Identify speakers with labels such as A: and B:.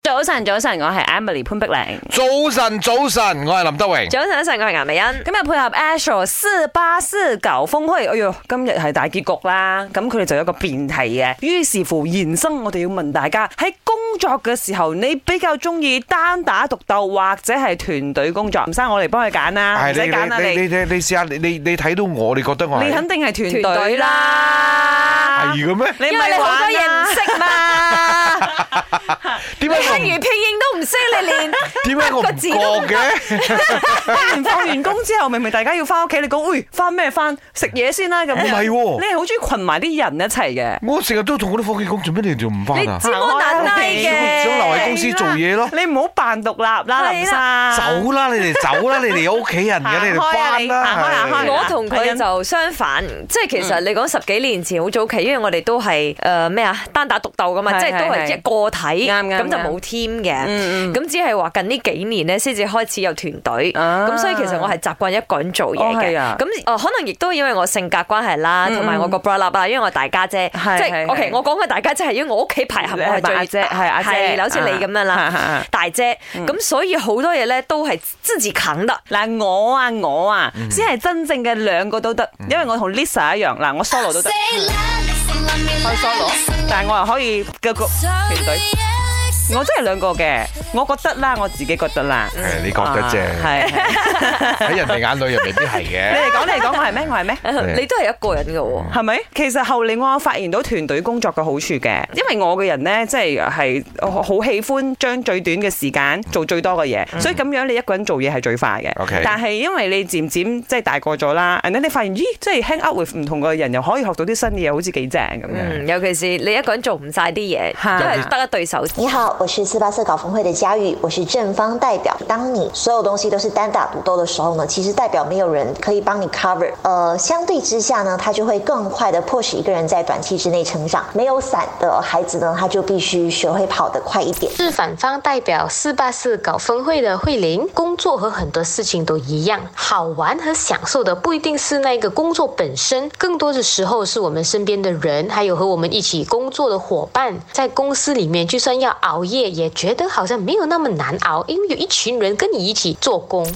A: 早晨，早晨，我係 Emily 潘碧玲。
B: 早晨，早晨，我係林德榮。
C: 早晨，早晨，我係顏美欣。
A: 今日配合 Astro 四八四搞峰會，哎呦，今日係大結局啦。咁佢哋就有一個辯題嘅，於是乎延伸，我哋要問大家喺工作嘅時候，你比較中意單打獨鬥或者係團隊工作？唔生，我嚟幫佢揀啦，
B: 唉
A: 啊唔使揀啦
B: 你你
A: 你，
B: 你你你試下，你你你睇到我，你覺得我
A: 你
B: 係
A: 肯啊定係團隊
C: 團隊
A: 啦
C: 啦。
B: 係嘅咩？
A: 你
C: 因為
A: 咪
C: 你好多
A: 玩
C: 嘢唔啊
A: 啦
C: 識嘛，
B: 點
C: 你
B: 解我
C: 漢
B: 唔
C: 語拼音都唔識，你連
B: 點解我
C: 個
B: 唔
C: 字都唔
B: 覺嘅？
A: 完放完工之後，明明大家要翻屋企，你講，喂，翻咩翻？食嘢先啦咁。
B: 唔係喎
A: 你係好中意群埋啲人一齊嘅。
B: 我成日都同我啲伙計講，做咩你仲唔翻啊？
C: 知摩
A: 行開
C: 難拉
A: 啦
C: 嘅，
B: 想留喺公司做嘢咯。
A: 你唔好扮獨立啦，林
C: 係啦
A: 生。
B: 走啦！你哋走啦！你哋有屋企人嘅，
A: 啊行
B: 你哋
A: 開啊
B: 翻
A: 你
B: 啦！
A: 行開行開啊
B: 係
C: 我同佢就相反，即係其實你講十幾年前好早期，因為我哋都係誒咩啊單打獨鬥噶嘛，
A: 係
C: 即係都係一個體，
A: 係係啱啱嗯
C: 咁就冇 team 嘅。咁只係話近呢幾年咧，先至開始有團隊，
A: 啊
C: 咁所以其實我係習慣一個人做嘢
A: 哦係
C: 嘅。
A: 啊
C: 咁誒可能亦都因為我性格關係啦，
A: 嗯
C: 同埋我個 brother 啊，因為我大家姐，即
A: 係係
C: 係 OK，
A: 係
C: 我講嘅大家姐係因為我屋企排行我係
A: 你係
C: 最
A: 阿姐係阿姐
C: 係好似你咁樣
A: 啊啊
C: 啦
A: 啊，
C: 大姐。咁所以好多嘢咧都係自己啃得。
A: 嗱，我啊我啊，先係真正嘅兩個都得，因為我同 Lisa 一樣，嗱，我 solo 都得，開 solo，但係我又可以嘅個團隊，我真係兩個嘅，我覺得啦，我自己覺得啦，
B: 誒你覺得啫，
A: 係啊係
B: 喺人哋眼裏又未必係
A: 你
B: 嘅。
A: 嚟講，你嚟講，我係咩？我係咩？
C: 你都係一個人嘅喎。
A: 係咪？其實後嚟我發現到團隊工作嘅好處嘅，因為我個人呢，即係係好喜歡將最短嘅時間做最多嘅嘢，所以咁樣你一個人做嘢係最快嘅。
B: OK
A: 但係因為你漸漸即係大個咗啦，然後你發現咦，即係 hang out with 唔同嘅人，又可以學到啲新嘢，好似幾正咁樣。
C: 嗯，尤其是你一個人做唔晒啲嘢，
A: 嚇
C: 因為得一對手。
D: 你好，我是四八四搞峰会的佳玉，我是正方代表。当你所有东西都是单打独斗的时候呢，其实代表没有人可以帮你 cover。呃，相对之下呢，他就会更快的迫使一个人在短期之内成长。没有伞的孩子呢，他就必须学会跑得快一点。
E: 是反方代表四八四搞峰会的慧玲。工作和很多事情都一样，好玩和享受的不一定是那个工作本身，更多的时候是我们身边的人，还有和我们一起工作的伙伴。在公司里面，就算要熬夜，也觉得好像没有那么难熬，因为有一群人跟你一起做工。